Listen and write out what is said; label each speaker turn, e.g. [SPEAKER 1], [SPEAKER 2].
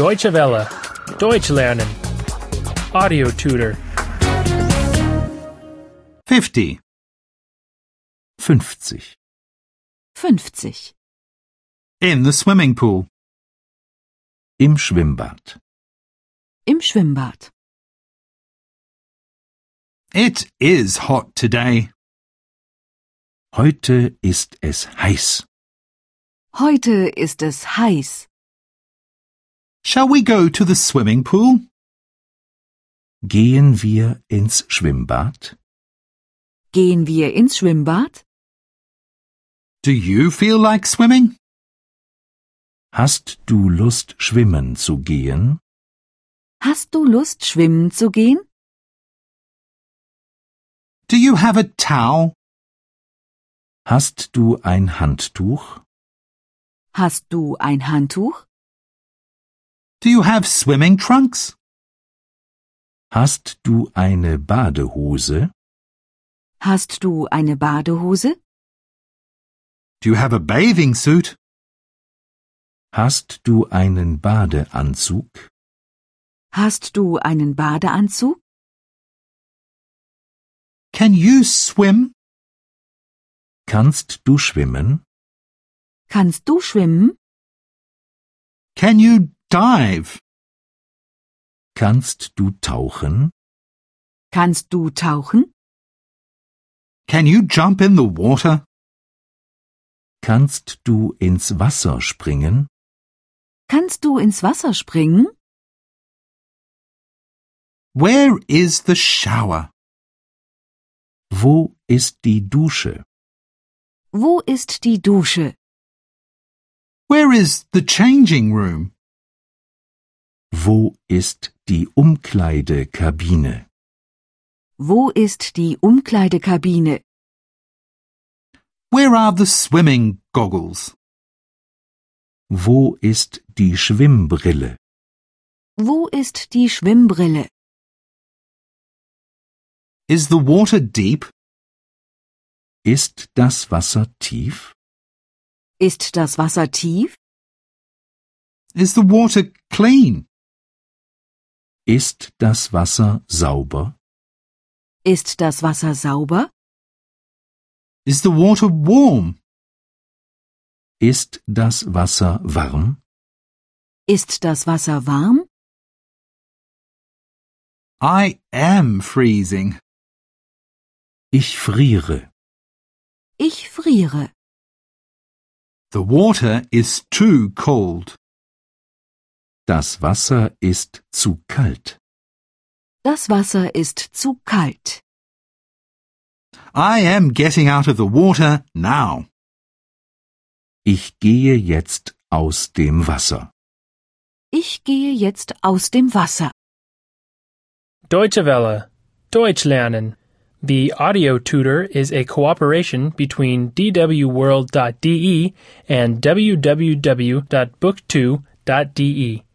[SPEAKER 1] Deutsche Welle. Deutsch lernen. Audio tutor.
[SPEAKER 2] 50. 50.
[SPEAKER 3] 50.
[SPEAKER 2] In the swimming pool. Im Schwimmbad.
[SPEAKER 3] Im Schwimmbad.
[SPEAKER 2] It is hot today. Heute ist es heiß.
[SPEAKER 3] Heute ist es heiß.
[SPEAKER 2] Shall we go to the swimming pool? Gehen wir ins Schwimmbad?
[SPEAKER 3] Gehen wir ins Schwimmbad?
[SPEAKER 2] Do you feel like swimming? Hast du Lust, schwimmen zu gehen?
[SPEAKER 3] Hast du Lust, schwimmen zu gehen?
[SPEAKER 2] Do you have a towel? Hast du ein Handtuch?
[SPEAKER 3] Hast du ein Handtuch?
[SPEAKER 2] Do you have swimming trunks? Hast du eine Badehose?
[SPEAKER 3] Hast du eine Badehose?
[SPEAKER 2] Do you have a bathing suit? Hast du einen Badeanzug?
[SPEAKER 3] Hast du einen Badeanzug?
[SPEAKER 2] Can you swim? Kannst du schwimmen?
[SPEAKER 3] Kannst du schwimmen?
[SPEAKER 2] Can you dive? Kannst du tauchen?
[SPEAKER 3] Kannst du tauchen?
[SPEAKER 2] Can you jump in the water? Kannst du ins Wasser springen?
[SPEAKER 3] Kannst du ins Wasser springen?
[SPEAKER 2] Where is the shower? Wo ist die Dusche?
[SPEAKER 3] Wo ist die Dusche?
[SPEAKER 2] Where is the changing room? Wo ist die Umkleidekabine?
[SPEAKER 3] Wo ist die Umkleidekabine?
[SPEAKER 2] Where are the swimming goggles? Wo ist die Schwimmbrille?
[SPEAKER 3] Wo ist die Schwimmbrille?
[SPEAKER 2] Is the water deep? Ist das Wasser tief?
[SPEAKER 3] Ist das Wasser tief?
[SPEAKER 2] Is the water clean? Ist das Wasser sauber?
[SPEAKER 3] Ist das Wasser sauber?
[SPEAKER 2] Is the water warm? Ist das Wasser warm?
[SPEAKER 3] Ist das Wasser warm?
[SPEAKER 2] I am freezing. Ich friere.
[SPEAKER 3] Ich friere.
[SPEAKER 2] The water is too cold. Das Wasser ist zu kalt.
[SPEAKER 3] Das Wasser ist zu kalt.
[SPEAKER 2] I am getting out of the water now. Ich gehe jetzt aus dem Wasser.
[SPEAKER 3] Ich gehe jetzt aus dem Wasser.
[SPEAKER 1] Deutsche Welle. Deutsch lernen. The audio tutor is a cooperation between E dwworld.de and www.book2.de.